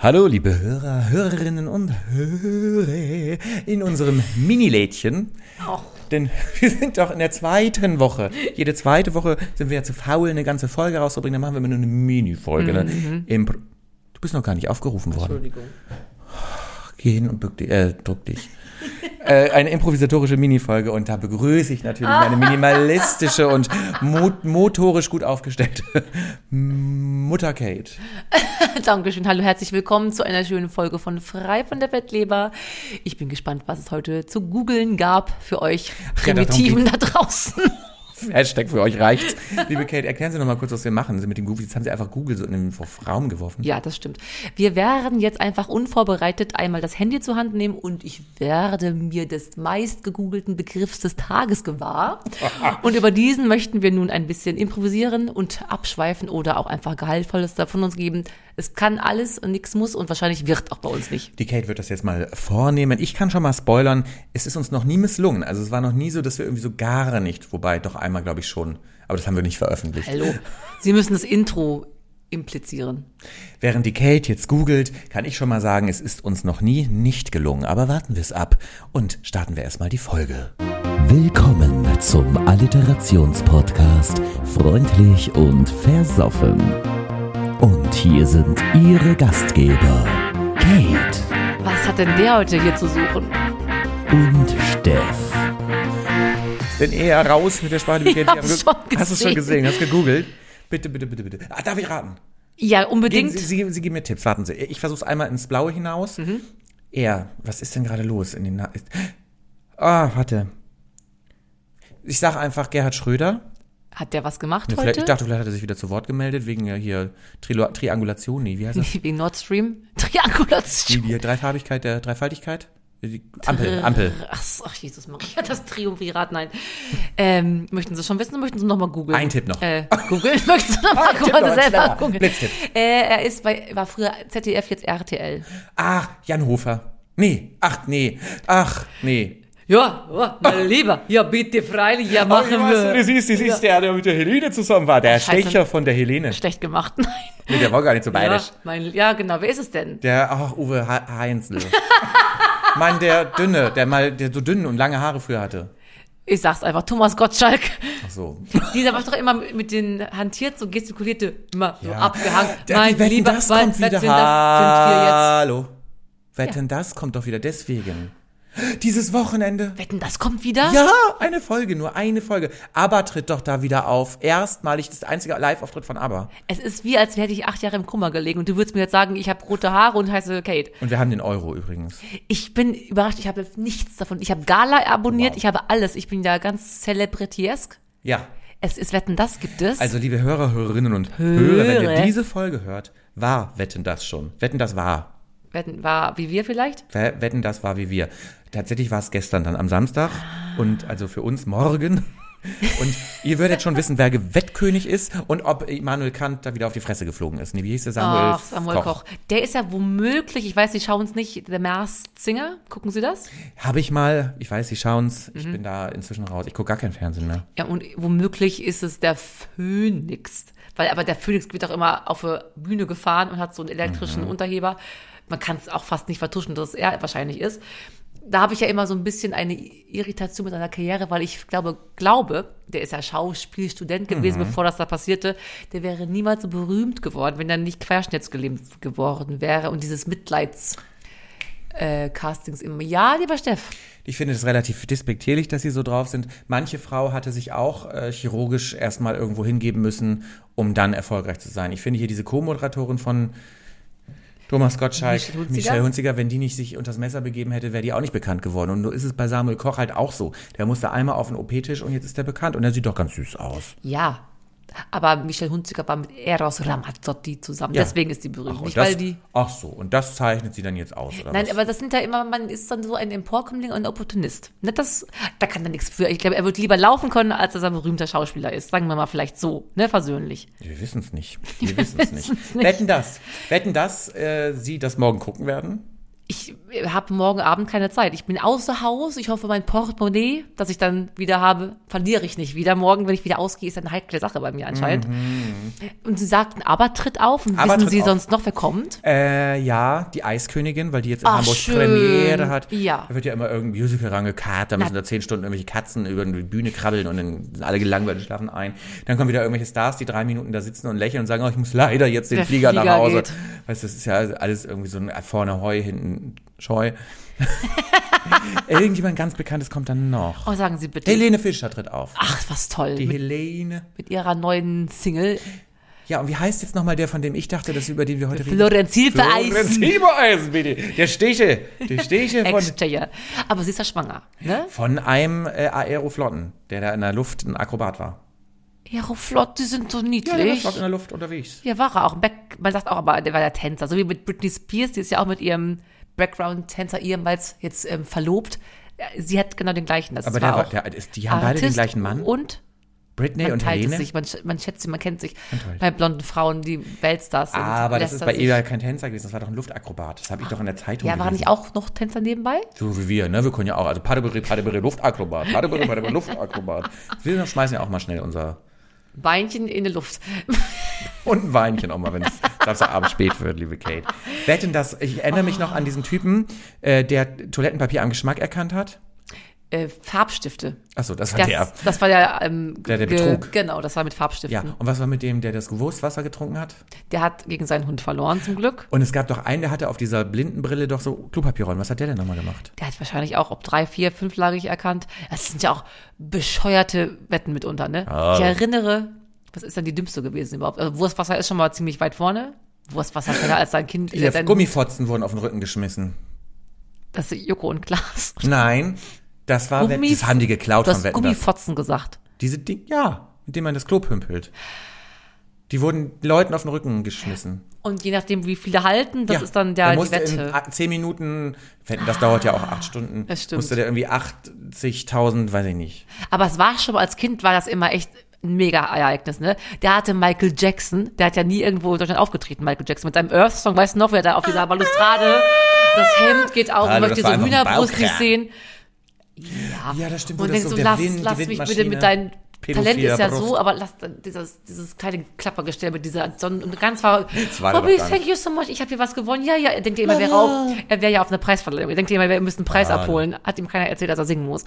Hallo, liebe Hörer, Hörerinnen und Hörer in unserem Minilädchen. Auch. Denn wir sind doch in der zweiten Woche. Jede zweite Woche sind wir ja zu faul, eine ganze Folge rauszubringen. Dann machen wir immer nur eine Mini-Folge. ne? Im Pro- Du bist noch gar nicht aufgerufen worden. Entschuldigung. Geh hin und bück dich, äh, druck dich. Äh, eine improvisatorische Minifolge und da begrüße ich natürlich meine minimalistische und mo motorisch gut aufgestellte Mutter Kate. Dankeschön. Hallo, herzlich willkommen zu einer schönen Folge von Frei von der Bettleber. Ich bin gespannt, was es heute zu googeln gab für euch ja, darum Primitiven da draußen. Hashtag für euch reicht's. Liebe Kate, erklären Sie noch mal kurz, was wir machen. Sie mit dem Google, jetzt haben Sie einfach Google so in den Raum geworfen. Ja, das stimmt. Wir werden jetzt einfach unvorbereitet einmal das Handy zur Hand nehmen und ich werde mir des meistgegoogelten Begriffs des Tages gewahr. Und über diesen möchten wir nun ein bisschen improvisieren und abschweifen oder auch einfach Gehaltvolles davon uns geben. Es kann alles und nichts muss und wahrscheinlich wird auch bei uns nicht. Die Kate wird das jetzt mal vornehmen. Ich kann schon mal spoilern, es ist uns noch nie misslungen. Also es war noch nie so, dass wir irgendwie so gar nicht, wobei doch einmal, glaube ich, schon. Aber das haben wir nicht veröffentlicht. Hallo. Sie müssen das Intro implizieren. Während die Kate jetzt googelt, kann ich schon mal sagen, es ist uns noch nie nicht gelungen. Aber warten wir es ab und starten wir erstmal die Folge. Willkommen zum Alliterationspodcast Freundlich und Versoffen. Und hier sind Ihre Gastgeber, Kate Was hat denn der heute hier zu suchen? und Steff. Denn eher raus mit der Sprache, die Ich Kate. hab's Sie haben ge- schon Hast du es schon gesehen. gesehen? Hast gegoogelt? Bitte, bitte, bitte, bitte. Ah, darf ich raten? Ja, Geben unbedingt. Sie, Sie, Sie geben mir Tipps. Warten Sie. Ich versuche es einmal ins Blaue hinaus. Mhm. Er, was ist denn gerade los in den Na ist- Ah, warte. Ich sage einfach Gerhard Schröder. Hat der was gemacht Vielleicht, heute? ich dachte, vielleicht hat er sich wieder zu Wort gemeldet, wegen ja hier Trilo Triangulation. Nee, wie heißt das? Wegen Nord Stream? Die, Triangulation. die Dreifarbigkeit der Dreifaltigkeit? Die Ampel, Ampel. Ach, so, ach Jesus Maria, das Triumvirat, nein. Ähm, möchten Sie schon wissen oder möchten Sie nochmal googeln? Ein Tipp noch. Äh, googeln? Möchten Sie nochmal Ein Tipp noch, kurz ein selber schneller googeln? Blitztipp. Äh, er ist bei, war früher ZDF, jetzt RTL. Ach, Ah, Jan Hofer. Nee, ach nee, ach nee. Ja, ja mein Lieber, ja bitte, freilich, ja machen wir. das ist, das ist der, der mit der Helene zusammen war. Der Scheiße. Stecher von der Helene. Schlecht gemacht, nein. Nee, der war gar nicht so Ja, bayerisch. mein, ja, genau, wer ist es denn? Der, ach, Uwe He- Heinzel. Mann, der Dünne, der mal, der so dünn und lange Haare früher hatte. Ich sag's einfach, Thomas Gottschalk. Ach so. Dieser war doch immer mit den hantiert, so gestikulierte, immer so Ja. abgehangen. Der, die Wetten, das was- kommt was wieder. sind das, Hallo. Wetten, das kommt doch wieder deswegen. Dieses Wochenende. sind wir jetzt. Wetten, das kommt wieder? Ja, eine Folge, nur eine Folge. Aber tritt doch da wieder auf. Erstmalig das einzige Live-Auftritt von Aber. Es ist wie, als hätte ich acht Jahre im Kummer gelegen und du würdest mir jetzt sagen, ich habe rote Haare und heiße Kate. Und wir haben den Euro übrigens. Ich bin überrascht, ich habe nichts davon. Ich habe Gala abonniert, Wow. ich habe alles. Ich bin ja ganz celebritiesk. Ja. Es ist Wetten, das gibt es. Also, liebe Hörer, Hörerinnen und Hörer, wenn ihr Höre. diese Folge hört, war Wetten, das schon. Wetten, das war. Wetten war wie wir vielleicht? Wer- Wetten, das war wie wir. Tatsächlich war es gestern dann am Samstag und Ah. also für uns morgen. Und ihr würdet schon wissen, wer Wettkönig ist und ob Immanuel Kant da wieder auf die Fresse geflogen ist. Nee, wie hieß der Samuel, Ach, Samuel Koch. Der ist ja womöglich, ich weiß, Sie schauen es nicht, The Masked Singer. Gucken Sie das? Habe ich mal, ich weiß, Sie schauen's, Mhm. ich bin da inzwischen raus. Ich gucke gar kein Fernsehen mehr. Ja, und womöglich ist es der Phönix. Weil aber der Phönix wird auch immer auf eine Bühne gefahren und hat so einen elektrischen Unterheber. Man kann es auch fast nicht vertuschen, dass es er wahrscheinlich ist. Da habe ich ja immer so ein bisschen eine Irritation mit seiner Karriere, weil ich glaube, glaube, der ist ja Schauspielstudent gewesen, bevor das da passierte. Der wäre niemals so berühmt geworden, wenn er nicht querschnittsgelähmt geworden wäre und dieses Mitleids. Äh, Castings immer. Ja, lieber Steff. Ich finde es relativ despektierlich, dass sie so drauf sind. Manche Frau hatte sich auch äh, chirurgisch erstmal irgendwo hingeben müssen, um dann erfolgreich zu sein. Ich finde hier diese Co-Moderatorin von Thomas Gottschalk, Michelle Hunziker? Michelle Hunziger, wenn die nicht sich unters Messer begeben hätte, wäre die auch nicht bekannt geworden. Und so ist es bei Samuel Koch halt auch so. Der musste einmal auf den OP-Tisch und jetzt ist er bekannt. Und er sieht doch ganz süß aus. Ja. Aber Michel Hunziker war mit Eros Ramazzotti zusammen. Ja. Deswegen ist die berühmt. und Also Nicht, das, weil die. Ach so, und das zeichnet sie dann jetzt aus, oder Nein, was? aber das sind ja immer, man ist dann so ein Emporkömmling und ein Opportunist. Ne, das, da kann er nichts für. Ich glaube, er wird lieber laufen können, als dass er ein berühmter Schauspieler ist. Sagen wir mal vielleicht so, ne, versöhnlich. Wir wissen es nicht. Wir wissen es nicht. wissen's nicht. Wetten das. Wetten das, äh, Sie das morgen gucken werden? ich habe morgen Abend keine Zeit. Ich bin außer Haus. Ich hoffe, mein Portemonnaie, das ich dann wieder habe, verliere ich nicht wieder. Morgen, wenn ich wieder ausgehe, ist dann eine heikle Sache bei mir anscheinend. Und sie sagten, aber tritt auf. Und Mhm. Aber wissen tritt Sie auf. sonst noch, wer kommt? Äh, ja, die Eiskönigin, weil die jetzt in Ach, Hamburg schön. Premiere hat. Ja. Da wird ja immer irgendein Musical rangekarrt, da müssen da zehn Stunden irgendwelche Katzen über die Bühne krabbeln und dann sind alle gelangweilt und schlafen ein. Dann kommen wieder irgendwelche Stars, die drei Minuten da sitzen und lächeln und sagen, oh, ich muss leider jetzt den Der Flieger, Flieger nach Hause. geht. Weißt du, das ist ja alles irgendwie so ein vorne Heu, hinten Scheu. Irgendjemand ganz Bekanntes kommt dann noch. Oh, sagen Sie bitte. Helene Fischer tritt auf. Ach, was toll. die Mit, Helene. mit ihrer neuen Single. Ja, und wie heißt jetzt nochmal der, von dem ich dachte, dass über den wir heute reden? Florenzil vereisen. Silbereisen, bitte. Der Stiche. Der Stiche von, Ex-Tscheche. Aber sie ist ja schwanger, ne? von einem äh, Aeroflotten, der da in der Luft ein Akrobat war. Aeroflot, die sind so der war niedlich. flott in der Luft unterwegs. Ja, war er auch. Back, man sagt auch, aber der war der Tänzer. So wie mit Britney Spears, die ist ja auch mit ihrem Background-Tänzer ehemals jetzt ähm, verlobt. Ja, Sie hat genau den gleichen. Das Aber der, war, der, ist, die haben beide den Artist gleichen Mann. Und Britney man und teilt es Helene. sich. Man, sch- man schätzt sie, man kennt sich. teilt. Bei blonden Frauen, die Weltstars sind. Aber das lässt ist er bei sich- Eva kein Tänzer gewesen, das war doch ein Luftakrobat. Das habe ich doch in der Zeitung Ja, waren gelesen. nicht auch noch Tänzer nebenbei? So wie wir, ne? Wir können ja auch. Also Paddeberi, Paddeberi, Luftakrobat. Paddeberi, Paddeberi, Luftakrobat. Wir schmeißen ja auch mal schnell unser. Beinchen in der Luft. Und ein Weinchen auch mal, wenn es Samstagabend spät wird, liebe Kate. Wer hat denn das? Ich erinnere mich noch an diesen Typen, äh, der Toilettenpapier am Geschmack erkannt hat. äh, Farbstifte. Achso, das war Das, der. das war der, ähm, Der- der ge- Betrug. Genau, das war mit Farbstiften. Ja, und was war mit dem, der das Gewurstwasser getrunken hat? Der hat gegen seinen Hund verloren, zum Glück. Und es gab doch einen, der hatte auf dieser Blindenbrille doch so Klopapierrollen. Was hat der denn nochmal gemacht? Der hat wahrscheinlich auch ob drei, vier, fünflagig erkannt. Das sind ja auch bescheuerte Wetten mitunter, ne? Ich erinnere, was ist denn die dümmste gewesen überhaupt? Also Wurstwasser ist schon mal ziemlich weit vorne. Wurstwasser schneller als sein Kind. Äh, Ja, sein, Gummifotzen wurden auf den Rücken geschmissen. das ist Joko und Glas. Nein, das war, Gummi- das haben die geklaut Du von hast Wetten. dass- Gummifotzen gesagt. Diese Ding, ja, mit dem man das Klo pümpelt. Die wurden Leuten auf den Rücken geschmissen. Und je nachdem, wie viele halten, das Ja, ist dann der, der die musste in Wette. a- zehn Minuten, Wetten, das dauert ja auch acht Stunden, das stimmt. musste der irgendwie 80.000, weiß ich nicht. Aber es war schon mal als Kind, war das immer echt ein mega Ereignis, ne? Der hatte Michael Jackson, der hat ja nie irgendwo in Deutschland aufgetreten, Michael Jackson, mit seinem Earth Song, weißt du noch, wer da auf dieser Balustrade, das Hemd geht auf, Hallo, und möchte das war so einfach ein Hühnerbrust nicht Baukran. sehen. Ja, Ja, das stimmt, wo Und das so denkst du, der lass, Wind, die lass mich bitte Windmaschine, mit deinem pädophiler Talent ist ja Brust. so, aber lass dann dieses, dieses kleine Klappergestell mit dieser Sonnen und ganz war, war der Bobby, doch gar thank you so much, ich habe hier was gewonnen. Ja, ja, er denkt immer, wer auf, er wäre ja auf einer Preisverleihung. Er denkt immer, wir müssen einen Preis abholen. Hat ihm keiner erzählt, dass er singen muss.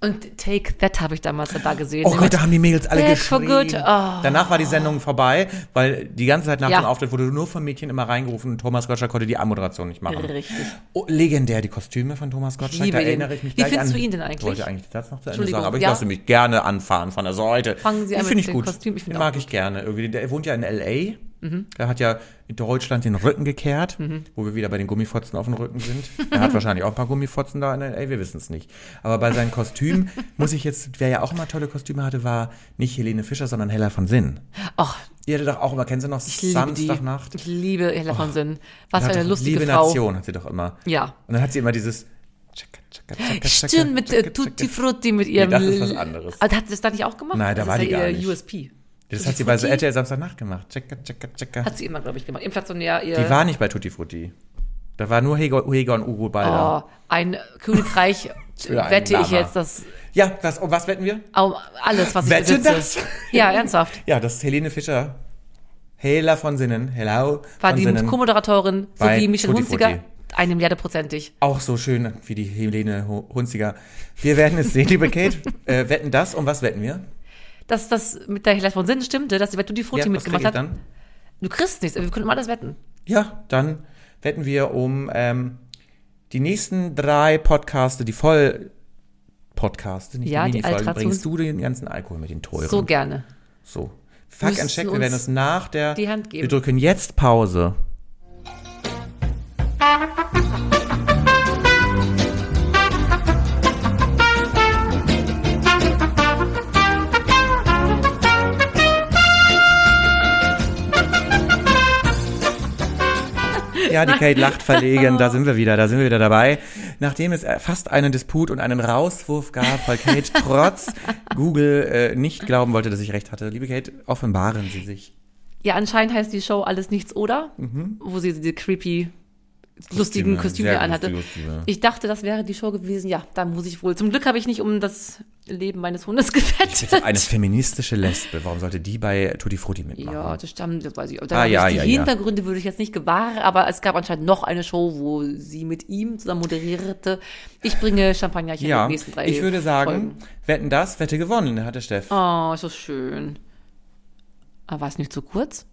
Und Take That habe ich damals da gesehen. Oh Gott, da haben die Mädels alle Bad for geschrien. good. Oh. Danach war die Sendung vorbei, weil die ganze Zeit nach Ja. dem Auftritt wurde nur von Mädchen immer reingerufen und Thomas Gottschalk konnte die Anmoderation nicht machen. Richtig. Oh, legendär, die Kostüme von Thomas Gottschalk, liebe da ihn. erinnere ich mich Wie gleich findest an. du ihn denn eigentlich? Ich wollte eigentlich das noch zu Ende Entschuldigung, sagen, aber ich ja? lasse mich gerne anfahren von der Seite. Fangen Sie den an mit finde ich dem gut. Kostüm, ich finde den auch Mhm. mag ich gerne. Irgendwie, der wohnt ja in L.A., der hat ja in Deutschland den Rücken gekehrt, wo wir wieder bei den Gummifotzen auf dem Rücken sind. Er hat wahrscheinlich auch ein paar Gummifotzen da in L.A., wir wissen es nicht. Aber bei seinen Kostümen muss ich jetzt, wer ja auch immer tolle Kostüme hatte, war nicht Helene Fischer, sondern Hella von Sinn. Ach, Ihr hattet doch auch immer, kennen Sie noch ich liebe die. Samstagnacht? Ich liebe Hella von Sinn. Was Hat für eine doch lustige Liebe Frau. Nation hat sie doch immer. Ja. Und dann hat sie immer dieses tschakka, tschakka, tschakka, Stimmt, mit äh, tschakka, Tutti tschakka. Frutti, mit ihrem. das ist was anderes. Ah, hat sie das da nicht auch gemacht? Nein, da das war ist die ja gar ihr nicht. USP. Das Tutti hat sie bei so Frutti? RTL Samstagnacht gemacht. Tschakka, tschakka, tschakka. Hat sie immer, glaube ich, gemacht. Inflationär ihr. Die war nicht bei Tutti Frutti. Da war nur Heger, Heger und Ugo Balder. oh, ein Königreich Für einen wette ich Lama. jetzt, dass Ja, was, um was wetten wir? au- alles, was ich Wette besitze. das? Ja, ernsthaft. Ja, das ist Helene Fischer. Hela von Sinnen. Hello. War von die Sinnen. Co-Moderatorin Bei sowie Michel Tutti Hunziker eine Milliarde prozentig. Auch so schön wie die Helene Ho- Hunziger. Wir werden es sehen, liebe Kate. Äh, wetten das? Um was wetten wir? Dass das mit der Hella von Sinn stimmte, dass sie bei Tutti Frutti was krieg mitgemacht ich hat. dann? Du kriegst nichts, aber wir können immer alles wetten. Ja, dann wetten wir um ähm, die nächsten drei Podcaste, die voll Podcaste, nicht Ja, die die Minifolgen, Alliteration. bringst du den ganzen Alkohol mit den teuren. So So. gerne. Fuck Müssten and check, wir uns werden uns nach der. die Hand geben. Wir drücken jetzt Pause. Ja, die Kate lacht verlegen, da sind wir wieder, da sind wir wieder dabei. Nachdem es äh, fast einen Disput und einen Rauswurf gab, weil Kate trotz Google äh, nicht glauben wollte, dass ich recht hatte. Liebe Kate, offenbaren Sie sich. Ja, anscheinend heißt die Show Alles Nichts oder, wo sie diese creepy lustigen Mhm. Kostüme, Kostüme sehr anhatte. lustige Kostüme. Ich dachte, das wäre die Show gewesen. Ja, da muss ich wohl. Zum Glück habe ich nicht um das Leben meines Hundes gewettet. Eine feministische Lesbe, warum sollte die bei Tutti Frutti mitmachen? Ja, das stammt, das weiß ich. Da Ah, habe ja, ich die ja, ja. Hintergründe würde ich jetzt nicht gewahr, aber es gab anscheinend noch eine Show, wo sie mit ihm zusammen moderierte. Ich bringe Champagnerchen in ja den nächsten drei ich würde sagen, Folgen. wetten das, wette gewonnen, hatte Steff. Oh, ist das schön. Aber war es nicht zu kurz?